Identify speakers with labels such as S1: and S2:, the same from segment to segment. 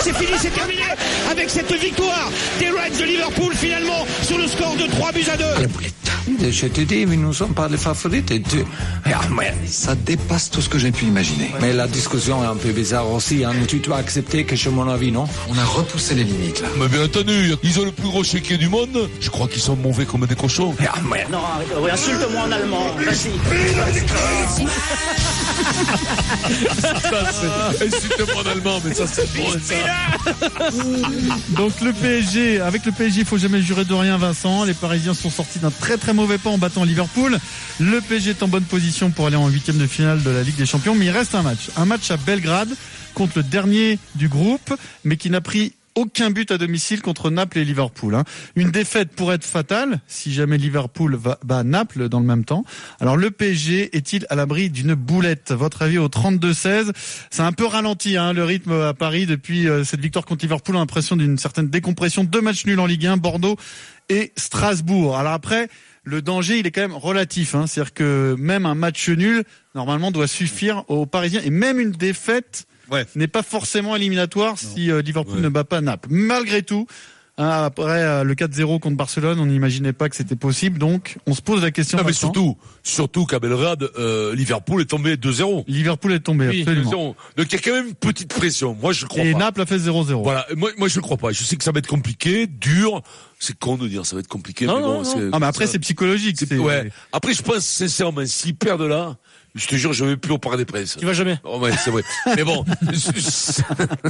S1: c'est fini, c'est terminé avec cette victoire des Reds de Liverpool finalement sur le score de 3 buts à 2.
S2: Je te dis, mais nous sommes pas les favoris. Et tu... Ah, mais
S3: ça dépasse tout ce que j'ai pu imaginer.
S2: Mais la discussion est un peu bizarre aussi. hein. Tu dois accepter que, chez mon avis, non
S3: On a repoussé les limites là.
S4: Mais bien entendu, ils ont le plus gros chéquier du monde. Je crois qu'ils sont mauvais comme des cochons.
S2: Ah, mais
S5: Non, arrête, oui, insulte-moi en allemand. Vas-y.
S6: Ah.
S4: Insulte-moi en allemand, mais ça c'est bon ça.
S6: Donc le PSG, avec le PSG, il faut jamais jurer de rien, Vincent. Les Parisiens sont sortis d'un très très mauvais pas en battant Liverpool. Le PSG est en bonne position pour aller en huitième de finale de la Ligue des Champions, mais il reste un match, un match à Belgrade contre le dernier du groupe, mais qui n'a pris aucun but à domicile contre Naples et Liverpool. hein. Une défaite pourrait être fatale si jamais Liverpool va, bat Naples dans le même temps. Alors le PSG est-il à l'abri d'une boulette Votre avis au 32-16 C'est un peu ralenti hein, le rythme à Paris depuis euh, cette victoire contre Liverpool. On a l'impression d'une certaine décompression. Deux matchs nuls en Ligue 1, Bordeaux et Strasbourg. Alors après, le danger, il est quand même relatif. hein. C'est-à-dire que même un match nul, normalement, doit suffire aux Parisiens. Et même une défaite
S4: Ouais.
S6: n'est pas forcément éliminatoire si euh, Liverpool ne bat pas Naples. Malgré tout, hein, après euh, le 4-0 contre Barcelone, on n'imaginait pas que c'était possible. Donc, on se pose la question.
S4: Non mais
S6: Vincent.
S4: surtout, surtout qu'à Belgrade, euh, Liverpool est tombé 2-0.
S6: Liverpool est tombé, absolument.
S4: 2-0. Donc il y a quand même une petite pression. Moi je crois
S6: Et
S4: pas.
S6: Naples a fait 0-0.
S4: Voilà, moi, moi je le crois pas. Je sais que ça va être compliqué, dur. C'est con de dire ça va être compliqué.
S6: Non,
S4: mais bon,
S6: non, non.
S4: c'est-
S6: Ah, mais après,
S4: ça-
S6: c'est psychologique. c'est-
S4: Ouais. Après, je pense sincèrement, s'ils perdent là, je te jure, je vais plus au Parc des Princes.
S5: Tu vas jamais.
S4: Oh, ouais, c'est vrai. Mais bon,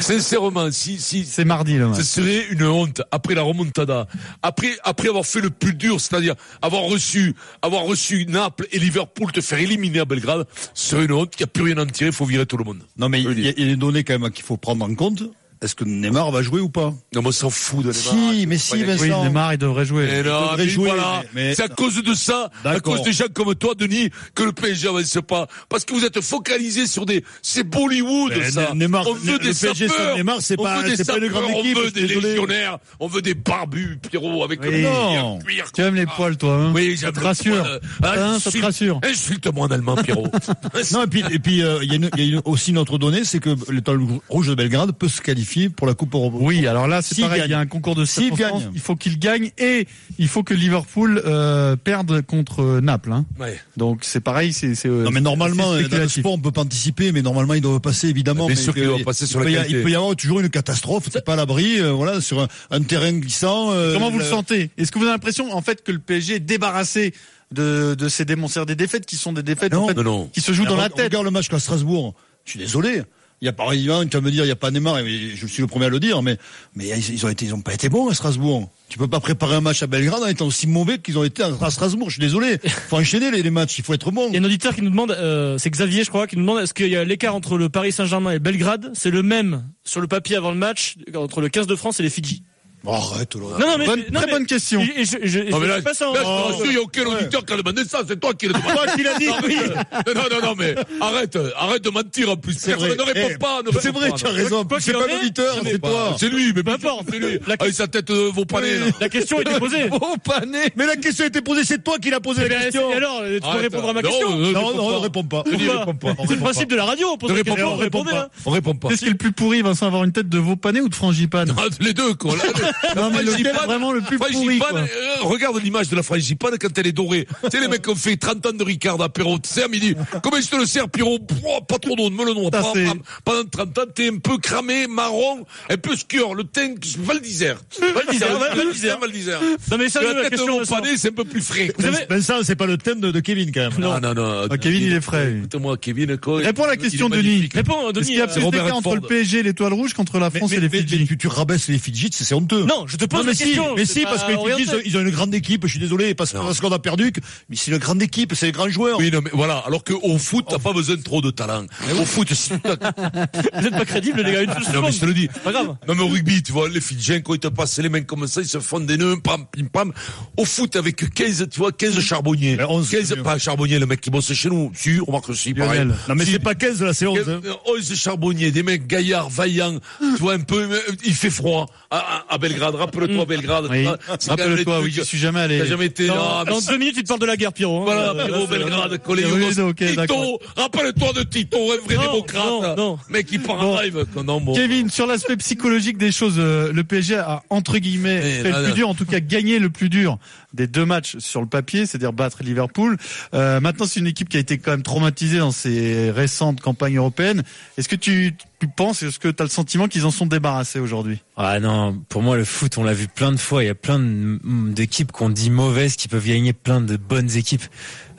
S4: sincèrement, si, si,
S6: C'est mardi, le match.
S4: ce serait une honte après la remontada, après après avoir fait le plus dur, c'est-à-dire avoir reçu avoir reçu Naples et Liverpool te faire éliminer à Belgrade, ce serait une honte. Il n'y a plus rien à en tirer, faut virer tout le monde.
S7: Non, mais
S4: Je veux
S7: il y, a-
S4: dire.
S7: il y a des données quand même qu'il faut prendre en compte. Est-ce que Neymar va jouer ou pas
S4: Non, mais on s'en fout de Neymar.
S7: Si, mais si,
S4: Neymar.
S6: Oui,
S7: Vincent.
S6: Neymar, il devrait jouer.
S4: Mais non,
S7: devrait
S4: mais
S7: jouer,
S4: voilà.
S7: mais- mais-
S4: C'est à cause de ça, à
S7: D'accord.
S4: cause des gens comme toi, Denis, que le PSG avance pas. Parce que vous êtes focalisés sur des, c'est Bollywood,
S7: Mais
S4: ça.
S7: Ne- Neymar-
S4: on veut
S7: Ne-
S4: des
S7: le PSG sans
S4: sapeurs.
S7: Neymar, c'est
S4: On
S7: pas-
S4: veut des
S7: c'est pas une grande
S4: sapeurs,
S7: équipe,
S4: On
S7: je
S4: veut
S7: suis
S4: des
S7: désolé.
S4: légionnaires. On veut des barbus, Pierrot, avec
S6: Oui.
S4: le
S7: Non.
S4: cuir, cuir.
S6: Tu aimes les poils, toi. Hein
S4: ah. Oui,
S6: ça
S4: j'aime
S6: te
S4: le
S6: rassure.
S4: poil. euh, ah,
S6: Hein, ça te
S4: Insulte-
S6: rassure.
S4: Insulte-moi en allemand, Pierrot.
S7: Non, et puis, et puis, euh, il y a, une- il y a une- aussi une autre donnée, c'est que l'étoile rouge de Belgrade peut se qualifier pour la Coupe Europe.
S6: Oui, alors là, c'est
S7: S'il
S6: pareil,
S7: gagne.
S6: il y a un concours de
S7: S'il
S6: circonstances.
S7: gagne.
S6: Il faut qu'il gagne et il faut que Liverpool euh, perde contre Naples. hein.
S4: Ouais.
S6: Donc c'est pareil, c'est c'est, euh,
S7: Non mais
S6: c'est
S7: normalement euh, dans le
S6: spéculatif.
S7: sport on peut pas anticiper mais normalement il doit passer évidemment.
S4: Bien
S7: mais
S4: sûr
S7: que-
S4: qu'il doit passer sur
S7: il
S4: la
S7: peut y a-
S4: qualité.
S7: Il peut y avoir toujours une catastrophe, t'es pas à l'abri, euh, voilà sur un, un terrain glissant. euh,
S6: Comment vous le
S7: la-
S6: sentez Est-ce que vous avez l'impression en fait que le PSG est débarrassé de de ces démonceurs des défaites qui sont des défaites
S7: Non,
S6: en fait,
S4: non, non.
S6: qui se jouent dans la
S7: Regarde-
S6: tête
S7: Regarde le match qu'à Strasbourg. Je suis désolé. Il y a par exemple, tu vas me dire, il n'y a pas Neymar, et je suis le premier à le dire, mais, mais ils, ils ont été, ils ont pas été bons à Strasbourg. Tu peux pas préparer un match à Belgrade en étant aussi mauvais qu'ils ont été à à Strasbourg. Je suis désolé. Faut enchaîner les, les matchs, il faut être bon.
S5: Il y a un auditeur qui nous demande, euh, c'est Xavier, je crois, qui nous demande est-ce qu'il y a l'écart entre le Paris Saint-Germain et Belgrade C'est le même sur le papier avant le match entre le 15 de France et les Fidji.
S7: Oh, arrête, là.
S5: Non, non, mais
S6: Ah, Bonne-
S5: non,
S6: Très
S5: mais-
S6: bonne question.
S5: Et, et je, je,
S4: Non,
S5: je
S4: mais là,
S5: dis pas ça
S8: hein.
S5: en-
S4: là, je te rassure, il n'y a aucun auditeur qui a demandé ça, c'est toi qui l'as demandé.
S6: qui l'a dit,
S4: Non, mais, euh, non, non, non, mais arrête, euh, arrête de mentir en plus. Personne
S7: vrai.
S4: ne répond
S7: Eh,
S4: pas. ne
S7: C'est
S4: répond
S7: vrai,
S4: pas,
S7: tu as
S4: non.
S7: raison.
S5: Quoi
S7: C'est
S5: qu'il en
S7: pas
S5: est,
S7: l'auditeur,
S4: Non, mais
S7: c'est
S4: pas-
S7: toi.
S4: C'est lui, mais peu
S5: importe.
S4: c'est lui.
S5: La-
S4: Avec sa tête euh, vos palais, là.
S5: La question était posée.
S4: Vos palais.
S7: Mais la question était posée, c'est toi qui l'as posée la
S5: Eh bien,
S7: question.
S5: et alors, tu peux
S4: Arrête.
S5: répondre à ma
S4: Non,
S5: question
S4: euh,
S7: Non, non, on répond pas.
S4: Denis,
S5: Pourquoi
S4: répond pas.
S5: C'est le principe de la radio. On pose
S4: Ne
S5: des
S4: répond
S5: questions,
S4: pas, on
S5: vous
S4: répond
S5: répondez,
S4: pas.
S5: hein.
S4: On répond pas.
S6: Qu'est-ce qui est le plus pourri, Vincent, avoir une tête de Vaupané ou de Frangipane
S4: Ah, Les deux, quoi. La- la
S6: Non, mais lequel est
S4: frangipane-
S6: vraiment le plus
S4: frangipane,
S6: pourri, quoi.
S4: euh, regarde l'image de la frangipane quand elle est dorée. tu sais, les mecs qui ont fait 30 ans de Ricard à Pierrot. Tu sais, à midi, comment je te le sers, Pierrot Pouah, Pas trop d'eau, me le noie.
S6: Ça,
S4: Pam,
S6: c'est-
S4: pam. Pendant 30 ans, t'es un peu cramé, marron, un peu scieur. Le teint, Val d'Isère. Val d'Isère, Val d'Isère, Val d'Isère.
S5: Non, mais sérieux,
S4: La
S5: la
S4: tête de
S5: question.
S4: mon
S5: Vincent.
S4: panais, c'est un peu plus frais.
S5: Vous savez-
S7: Ben ça, c'est pas le thème de, de Kevin quand même.
S4: Non, euh, non, non.
S6: Ah, Kevin, il est frais, lui.
S4: Écoute-moi, Kevin, quoi.
S6: Réponds à la
S4: il est
S6: question,
S4: magnifique.
S6: Denis.
S5: Réponds,
S6: Est-ce qu'il
S5: Denis.
S6: y
S5: euh,
S6: a plus
S4: Robert
S6: d'écart entre
S4: Redford.
S6: le PSG et l'étoile rouge contre la
S7: Mais,
S6: France
S7: mais-
S6: et les
S7: mais- mais
S6: Fidji
S7: tu, tu rabaisse les Fidji, c'est c'est honteux.
S5: Non, je te pose
S7: Non, mais
S5: la
S7: si,
S5: question.
S7: mais
S5: c'est
S7: si,
S5: pas
S7: parce que les Fidji,
S5: orienté.
S7: ils ont- ils ont une grande équipe, je suis désolé, parce,
S4: Non.
S7: parce qu'on a perdu, que- mais c'est une grande équipe, c'est les grands joueurs.
S4: Oui, non, mais voilà. Alors qu'au foot,
S6: Oh.
S4: t'as pas besoin de trop de talent.
S6: Ah
S4: Au foot, si t'as-
S5: Vous êtes pas crédible, les gars. Une seule
S4: Non, mais
S5: seconde.
S4: je te le dis.
S5: C'est Pas grave.
S4: Même au rugby, tu vois, les Fidjiens, quand ils te passent les mains comme ça, ils se font des nœuds, pam, pim, pam. Au foot, avec 15, tu vois, 15 charbonniers.
S7: Ben, 11,
S4: 15,
S7: c'est mieux.
S4: pas charbonniers, le mec qui bosse chez nous. Tu remarques aussi, pareil.
S6: Lionel.
S7: Non, mais
S4: Si,
S7: c'est pas 15, là, c'est 11. hein.
S4: 15, 11 charbonniers, des mecs gaillards, vaillants, tu vois, un peu, euh, il fait froid à, à- à Belgrade, rappelle-toi
S5: Mm.
S4: Belgrade.
S6: Oui.
S4: Ah, c'est quand même
S6: Rappelle-toi,
S4: les
S6: oui, je
S4: trucs-
S6: suis jamais allé.
S4: T'as jamais été
S5: Dans,
S4: là.
S5: dans deux minutes, tu te parles de la guerre, Pierrot. hein.
S4: Voilà,
S5: Là,
S4: Pierrot Euh,
S5: c'est-
S4: Belgrade, collé
S6: Oui, ok, d'accord.
S4: Tito, rappelle-toi de Tito, un vrai
S5: Non, non,
S4: démocrate.
S5: non.
S4: Mec, il part
S6: Bon.
S4: en live. Non, non, bon.
S6: Kevin, sur l'aspect psychologique des choses, euh, le PSG a entre guillemets
S4: Eh,
S6: fait
S4: là,
S6: le plus
S4: là.
S6: dur, en tout cas gagné le plus dur des deux matchs sur le papier, c'est-à-dire battre Liverpool. Euh, maintenant, c'est une équipe qui a été quand même traumatisée dans ses récentes campagnes européennes. Est-ce que tu, tu penses, est-ce que tu as le sentiment qu'ils en sont débarrassés aujourd'hui
S9: Ah non, pour moi le foot, on l'a vu plein de fois. Il y a plein de- d'équipes qu'on dit mauvaises qui peuvent gagner plein de bonnes équipes.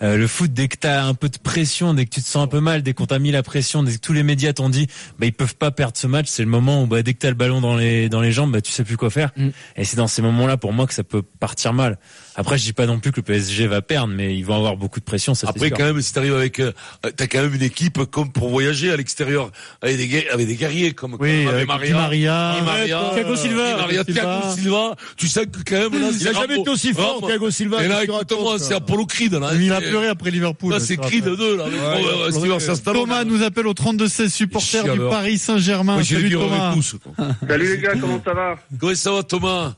S9: Euh, le foot, dès que t'as un peu de pression, dès que tu te sens un peu mal, dès qu'on t'a mis la pression, dès que tous les médias t'ont dit, bah ils peuvent pas perdre ce match. C'est le moment où bah dès que t'as le ballon dans les dans les jambes, bah tu sais plus quoi faire.
S5: Mm.
S9: Et c'est dans ces moments-là pour moi que ça peut partir mal. Après, je dis pas non plus que le PSG va perdre, mais ils vont avoir beaucoup de pression. Ça c'est
S4: Après,
S9: sûr.
S4: quand même, si t'arrives avec, euh, euh, t'as quand même une équipe comme pour voyager à l'extérieur, avec des, guer- avec des guerriers comme
S6: Oui,
S4: comme
S6: avec Di Maria.
S4: Di Maria,
S5: Thiago Silva.
S4: Di Maria,
S6: Thiago
S4: Thiago Silva. Tu sais que quand même, là,
S7: Il a jamais été aussi fort, Thiago Silva.
S4: Et là,
S7: qu'est-ce que tu
S4: écoute-moi,
S7: racontes, euh.
S4: c'est Apollo Creed, là.
S6: Il a
S4: C'est-
S6: pleuré après Liverpool.
S4: Là, c'est
S6: je te
S4: Creed
S6: rappelle.
S4: 2, là. avec,
S7: Ouais,
S4: euh,
S7: il a
S4: Steven
S7: pleuré.
S4: Sastalon.
S6: Thomas nous appelle au 32-16, supporter du
S4: Chialeur.
S6: Paris Saint-Germain.
S4: Moi, j'ai
S6: Salut
S4: dit, on
S6: Thomas.
S4: est tous, quoi.
S8: Salut les gars, comment ça va
S4: Comment ça va, Thomas?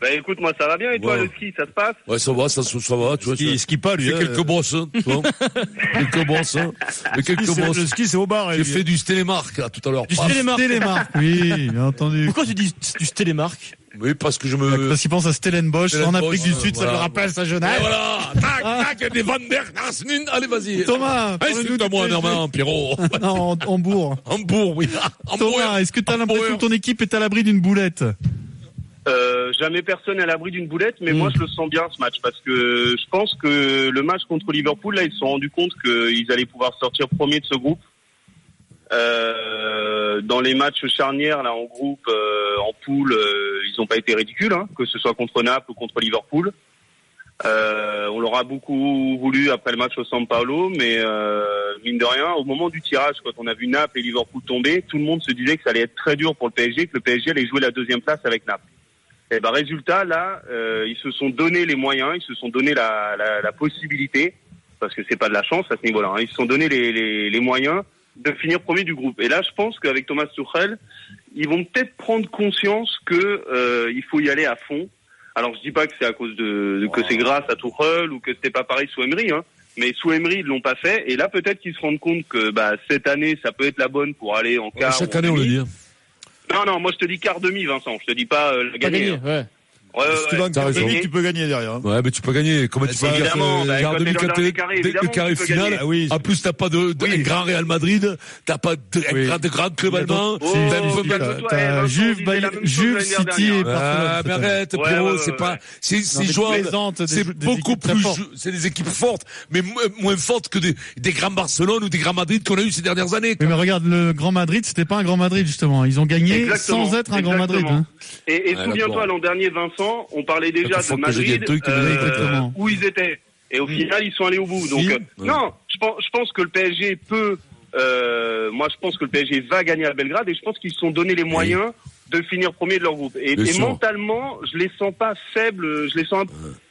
S8: Bah écoute, moi ça va bien et toi
S4: Ouais.
S8: le ski, ça se passe
S4: Ouais, ça va, ça, se- ça va, tu vois. tu vois.
S7: Ski pas, lui.
S4: J'ai
S7: hein.
S4: quelques bosses, hein, tu vois. quelques bosses, hein. Mais quelques
S7: C'est-
S4: bosses.
S7: Le ski, c'est au bar.
S4: J'ai fait du Stélémarque, là, tout à l'heure.
S5: Du
S4: Paf.
S5: Stélémarque.
S6: Télémarque. Oui, bien entendu.
S5: Pourquoi tu dis du Stélémarque
S4: Oui, parce que je me...
S6: Parce qu'il pense à Stellenbosch, en
S4: Stellenbosch,
S6: Afrique du
S4: euh,
S6: Sud, ça
S4: voilà.
S6: le rappelle sa
S4: Et
S6: jeunesse.
S4: voilà, tac, tac, des Van Der Narsnin, allez, vas-y. Eh,
S6: Thomas, parle-nous
S4: c'est à
S6: du
S4: moi,
S6: PSG.
S4: Norman, Pierrot.
S6: Non, Hambourg.
S4: Hambourg, oui.
S6: Thomas, est-ce que tu as l'impression que ton équipe est à l'abri d'une boulette
S8: euh, Jamais personne à l'abri d'une boulette, mais moi je le sens bien ce match parce que je pense que le match contre Liverpool, là ils se sont rendus compte qu'ils allaient pouvoir sortir premier de ce groupe. Euh, dans les matchs charnières, là en groupe, euh, en poule, euh, ils n'ont pas été ridicules, hein, que ce soit contre Naples ou contre Liverpool. Euh, on l'aura beaucoup voulu après le match au San Paolo, mais euh, mine de rien, au moment du tirage, quand on a vu Naples et Liverpool tomber, tout le monde se disait que ça allait être très dur pour le PSG, que le PSG allait jouer la deuxième place avec Naples. Et ben résultat, là, euh, ils se sont donné les moyens, ils se sont donné la, la, la possibilité, parce que c'est pas de la chance à ce niveau-là, hein, ils se sont donné les, les, les moyens de finir premier du groupe. Et là, je pense qu'avec Thomas Tuchel, ils vont peut-être prendre conscience que euh, il faut y aller à fond. Alors je dis pas que c'est à cause de, de- que c'est grâce à Tuchel ou que c'était pas pareil sous Emery, hein. Mais sous Emery, ils l'ont pas fait. Et là, peut-être qu'ils se rendent compte que bah, cette année, ça peut être la bonne pour aller en quart.
S4: Chaque
S8: ou en
S4: année, on le
S8: demi.
S4: dit. hein.
S8: Non, non, moi je te dis quart demi, Vincent. Je te dis pas euh, le
S5: Pas
S8: gagner.
S5: gagné,
S8: hein.
S5: ouais.
S8: Ouais, ouais,
S7: Si tu
S8: ouais.
S7: vas en
S4: t'as
S7: quart de
S4: raison.
S7: finale, tu peux gagner derrière. hein.
S4: Ouais, mais tu peux gagner. Comment tu
S7: Bah,
S4: peux
S7: ça,
S4: dire
S8: évidemment,
S4: que
S8: bah,
S4: quart
S8: quand t'es
S4: demi,
S8: dans le
S4: quand t'es-
S8: dernier carré,
S4: dès le
S8: évidemment
S4: carré
S8: que tu peux
S4: final,
S8: gagner.
S7: Ah oui,
S4: en plus, t'as pas de, de- un grand Real Madrid, t'as pas de, un
S6: Oui.
S4: grand, de grand club allemand,
S8: Oh,
S4: t'as un
S8: calme-toi,
S4: peu-
S6: t'as-
S8: eh,
S6: t'as
S8: Vincent,
S6: Juve,
S8: on disait
S6: Bayern-
S8: la même chose
S6: Juve,
S8: l'année
S6: City
S8: dernière.
S6: et-
S4: Ah,
S6: Barcelone,
S4: mais
S6: cette
S4: arrête,
S8: année.
S4: Pierrot,
S8: Ouais, ouais,
S4: c'est
S8: ouais,
S4: pas,
S8: ouais.
S4: c'est,
S6: mais
S4: c'est
S6: tu
S4: jouable.
S6: plaisantes, des
S4: C'est
S6: jou- des
S4: beaucoup
S6: équipes très
S4: plus,
S6: fortes.
S4: jou- c'est des équipes fortes, mais moins, moins fortes que des, des grands Barcelone ou des grands Madrid qu'on a eu ces dernières années.
S6: Oui, mais regarde, le Grand Madrid, c'était pas un Grand Madrid, justement. Ils ont gagné
S8: Exactement,
S6: sans être un Grand Madrid.
S8: exactement.
S6: hein.
S8: Et, et
S4: Ouais, d'accord.
S8: souviens-toi, l'an dernier, Vincent, on parlait
S4: Faut
S8: déjà
S4: que je
S8: de
S4: dise
S8: Madrid,
S4: des trucs,
S8: euh,
S4: mais
S6: exactement.
S8: où ils étaient. Et au final, ils sont allés au bout.
S6: Si.
S8: Donc, euh,
S4: Ouais.
S8: non, je pense, je pense que le PSG peut. euh, moi, je pense que le PSG va gagner à Belgrade et je pense qu'ils se sont donné les moyens de finir premier de leur groupe. Et,
S4: Bien
S8: et
S4: sûr.
S8: mentalement, je les sens pas faibles. Je les sens, un-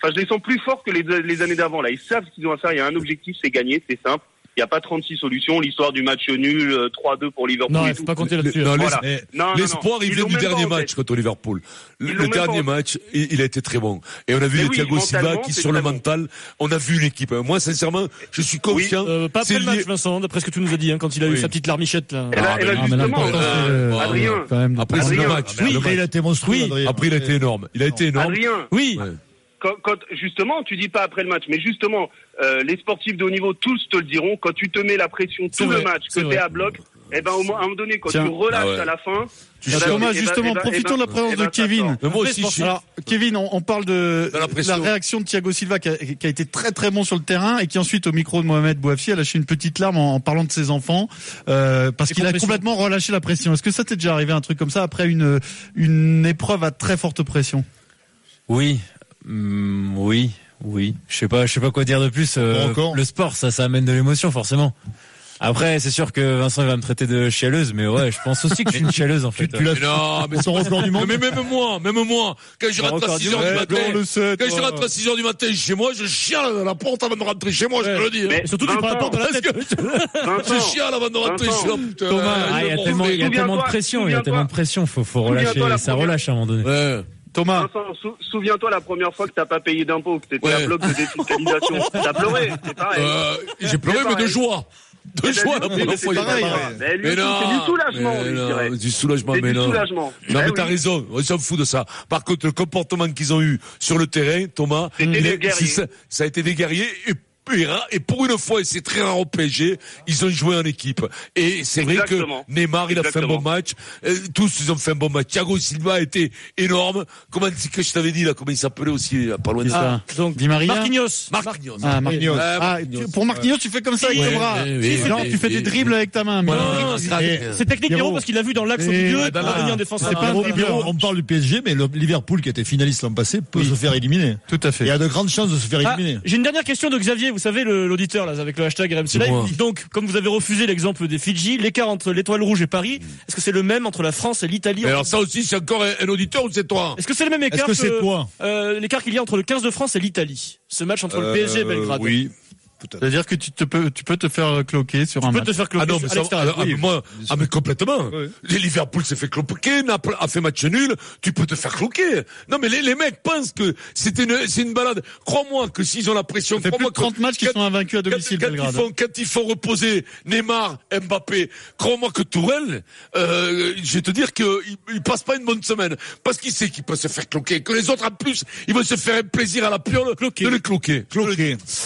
S8: enfin, je les sens plus forts que les, les années d'avant. Là, ils savent ce qu'ils ont à faire. Il y a un objectif, c'est gagner, c'est simple. Il n'y a pas 36 solutions. L'histoire du match nul, euh, 3-2 pour Liverpool.
S5: Non,
S8: et
S5: il faut
S8: tout.
S5: pas compter là-dessus.
S4: Non, laisse-
S8: Voilà.
S4: eh,
S8: Non, non, non.
S4: L'espoir, il
S8: Ils
S4: vient
S8: l'ont
S4: du
S8: même
S4: dernier
S8: pas en
S4: match
S8: tête.
S4: contre Liverpool. Le,
S8: Ils
S4: le
S8: l'ont même pas
S4: dernier
S8: en tête.
S4: match, il, il a été très bon. Et on a vu
S8: Mais
S4: le
S8: oui,
S4: Thiago Silva
S8: mentalement,
S4: qui,
S8: c'est
S4: sur le
S8: très bon.
S4: mental, on a vu l'équipe. Moi, sincèrement, je suis confiant.
S5: Euh, pas
S4: C'est
S5: après le match,
S4: lié-
S5: Vincent, d'après ce que tu nous as dit, hein, quand il a eu
S4: Oui.
S5: sa petite larmichette, là.
S8: Et là, et là,
S6: Ah, mais
S8: justement,
S6: l'important,
S8: euh,
S6: c'est le-
S8: Adrien,
S6: quand même, de-
S4: Après, c'est
S8: Adrien.
S4: le match.
S7: Oui,
S4: le
S7: après, il
S4: match.
S7: a été monstrueux.
S5: Oui.
S7: Adrien.
S4: Après, il a été énorme. Il a été énorme.
S8: Adrien,
S5: Oui.
S4: Ouais.
S8: quand, quand- justement, tu dis pas après le match, mais justement, euh, les sportifs de haut niveau, tous te le diront, quand tu te mets la pression
S5: C'est
S8: tout le
S5: vrai,
S8: match, que
S5: c'est
S8: t'es
S5: vrai.
S8: à bloc, eh ben, au moins, à un moment donné, quand
S6: Tiens.
S8: tu relâches
S4: Ah ouais.
S8: à la fin,
S4: Tu
S8: eh ben,
S4: sors.
S6: Thomas,
S8: eh ben,
S6: justement,
S8: eh ben,
S6: profitons
S8: eh ben,
S6: de la présence
S8: eh ben,
S6: de
S8: ça
S6: Kevin.
S8: sort.
S4: Mais moi
S5: Après, je
S4: aussi, je
S5: pense-
S4: suis.
S6: Alors, Kevin, on, on parle de
S4: De la
S6: la,
S4: pression.
S6: réaction de Thiago Silva qui a, qui a été très très bon sur le terrain et qui ensuite, au micro de Mohamed Bouafsi, a lâché une petite larme en, en parlant de ses enfants euh, parce
S5: Et
S6: qu'il a
S5: compression.
S6: complètement relâché la pression. Est-ce que ça t'est déjà arrivé un truc comme ça après une, une épreuve à très forte pression
S9: Oui, Hum, oui, oui. Je sais pas, je sais pas quoi dire de plus. Euh,
S7: Bon, encore.
S9: le sport, ça, ça amène de l'émotion forcément. Après, c'est sûr que Vincent il va me traiter de chialeuse, mais ouais, je pense aussi que je suis une chialeuse en fait.
S4: Mais non, mais
S7: Son record du monde.
S4: Mais même moi, même moi, quand je rentre à 6h du matin, quand je rentre à 6h du matin chez moi, je chiale à la porte avant de rentrer chez moi, je te le dis. hein.
S8: Mais
S5: Et surtout, tu prends la porte dans la
S4: Parce
S5: tête.
S4: que je
S8: Vincent,
S4: chiale avant de rentrer chez moi, putain.
S9: Ah, il y a tellement, il y a tellement de
S8: Souviens-toi,
S9: pression, il y a tellement de pression, faut, faut relâcher,
S8: souviens-toi la
S9: ça
S8: première-
S9: relâche à un moment donné.
S4: Ouais.
S6: Thomas,
S8: Vincent, sou- souviens-toi la première fois que t'as pas payé d'impôts, que t'étais
S4: Ouais.
S8: à bloc de défiscalisation. t'as pleuré, c'est pareil.
S4: Euh, j'ai pleuré,
S8: C'est
S4: mais de
S8: pareil.
S4: joie. De
S8: Eh ben,
S4: joie,
S8: lui
S4: la
S8: aussi,
S4: première
S8: c'est
S4: fois. il
S8: pareil,
S4: m'a
S8: ouais.
S4: marre.
S8: Ben, lui aussi, c'est du soulagement,
S4: mais
S8: lui, je
S4: non,
S8: dirais.
S4: Du soulagement,
S8: C'est
S4: mais
S8: du
S4: non.
S8: soulagement.
S4: Non,
S8: Ben
S4: mais t'as
S8: oui.
S4: raison, on s'en fout de ça. Par contre, le comportement qu'ils ont eu sur le terrain, Thomas,
S8: C'était
S4: il
S8: des
S4: est-
S8: guerriers.
S4: ça, ça a été des guerriers et et ra- et pour une fois, et c'est très rare au PSG, ils ont joué en équipe. Et c'est vrai que
S8: Exactement.
S4: Neymar, il a fait un bon
S8: Exactement.
S4: match. Euh, Tous, ils ont fait un bon match. Thiago Silva a été énorme. Comment c'est que je t'avais dit, là, comment il s'appelait aussi, là, pas loin de ça.
S6: Ah, donc Di Maria.
S5: Marquinhos.
S4: Marquinhos.
S6: Ah, Marquinhos.
S4: Ouais,
S6: Ah,
S4: Marquinhos.
S6: tu- pour Marquinhos, tu fais comme ça avec
S4: Oui,
S6: le bras.
S4: oui, oui,
S6: non,
S4: oui,
S6: tu fais
S4: oui,
S6: des
S4: oui.
S6: dribbles avec ta main. mais-
S4: Voilà, Ah, c'est grave.
S6: Et-
S5: C'est technique,
S6: Pierrot.
S5: Pierrot, parce qu'il l'a vu dans l'axe au
S6: Et-
S5: milieu
S6: Ah,
S5: pour
S6: bah,
S5: devenir
S6: c'est
S5: défenseur.
S6: pas un
S5: central.
S6: dribbleur.
S7: On parle du PSG, mais le- Liverpool, qui était finaliste l'an passé, peut se faire éliminer.
S6: Tout à
S7: Et
S6: fait.
S7: a de grandes chances de se faire
S5: Ah,
S7: éliminer.
S5: J'ai une dernière question de Xavier, vous savez, le- l'auditeur, là, avec le hashtag RMC Live.
S4: Dis-moi.
S5: Il dit Donc, comme vous avez refusé l'exemple des Fidji, l'écart entre l'étoile rouge et Paris, est-ce que c'est le même entre la France et l'Italie
S4: Mais alors ça aussi, c'est encore un, un auditeur ou c'est toi
S5: Est-ce que c'est le même
S7: Est-ce
S5: écart
S7: que c'est toi
S5: euh, l'écart qu'il y a entre le 15 de France et l'Italie Ce match
S6: Euh,
S5: entre le PSG et Belgrade.
S4: Oui.
S6: C'est-à-dire que tu te peux, tu peux te faire cloquer sur un
S5: Tu peux
S6: match.
S5: te faire
S4: Ah
S5: cloquer
S4: non,
S5: sur-
S4: mais
S5: à
S4: ça, ah,
S5: l'extérieur.
S4: ah, mais moi, ah, mais complètement.
S7: Oui.
S4: Les Liverpool s'est fait cloquer, Naples a fait match nul, tu peux te faire cloquer. Non, mais les, les mecs pensent que c'est une, c'est une balade. Crois-moi que s'ils ont la pression,
S6: Ça fait plus
S4: crois-moi
S6: de 30
S4: que-
S6: matchs qui
S4: quand-
S6: sont invaincus à
S4: quand-
S6: domicile,
S4: quand,
S6: Belgrade.
S4: ils font, quand ils font reposer Neymar, Mbappé, crois-moi que Tourelle, euh, je vais te dire qu'il il passe pas une bonne semaine. Parce qu'il sait qu'il peut se faire cloquer, que les autres, en plus, ils vont se faire un plaisir à la pure de le cloquer. Je le dis.